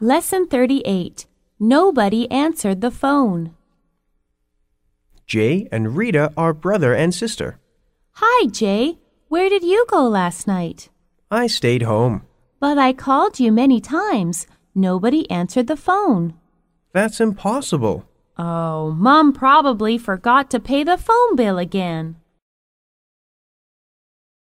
Lesson 38 Nobody answered the phone. Jay and Rita are brother and sister. Hi, Jay. Where did you go last night? I stayed home. But I called you many times. Nobody answered the phone. That's impossible. Oh, Mom probably forgot to pay the phone bill again.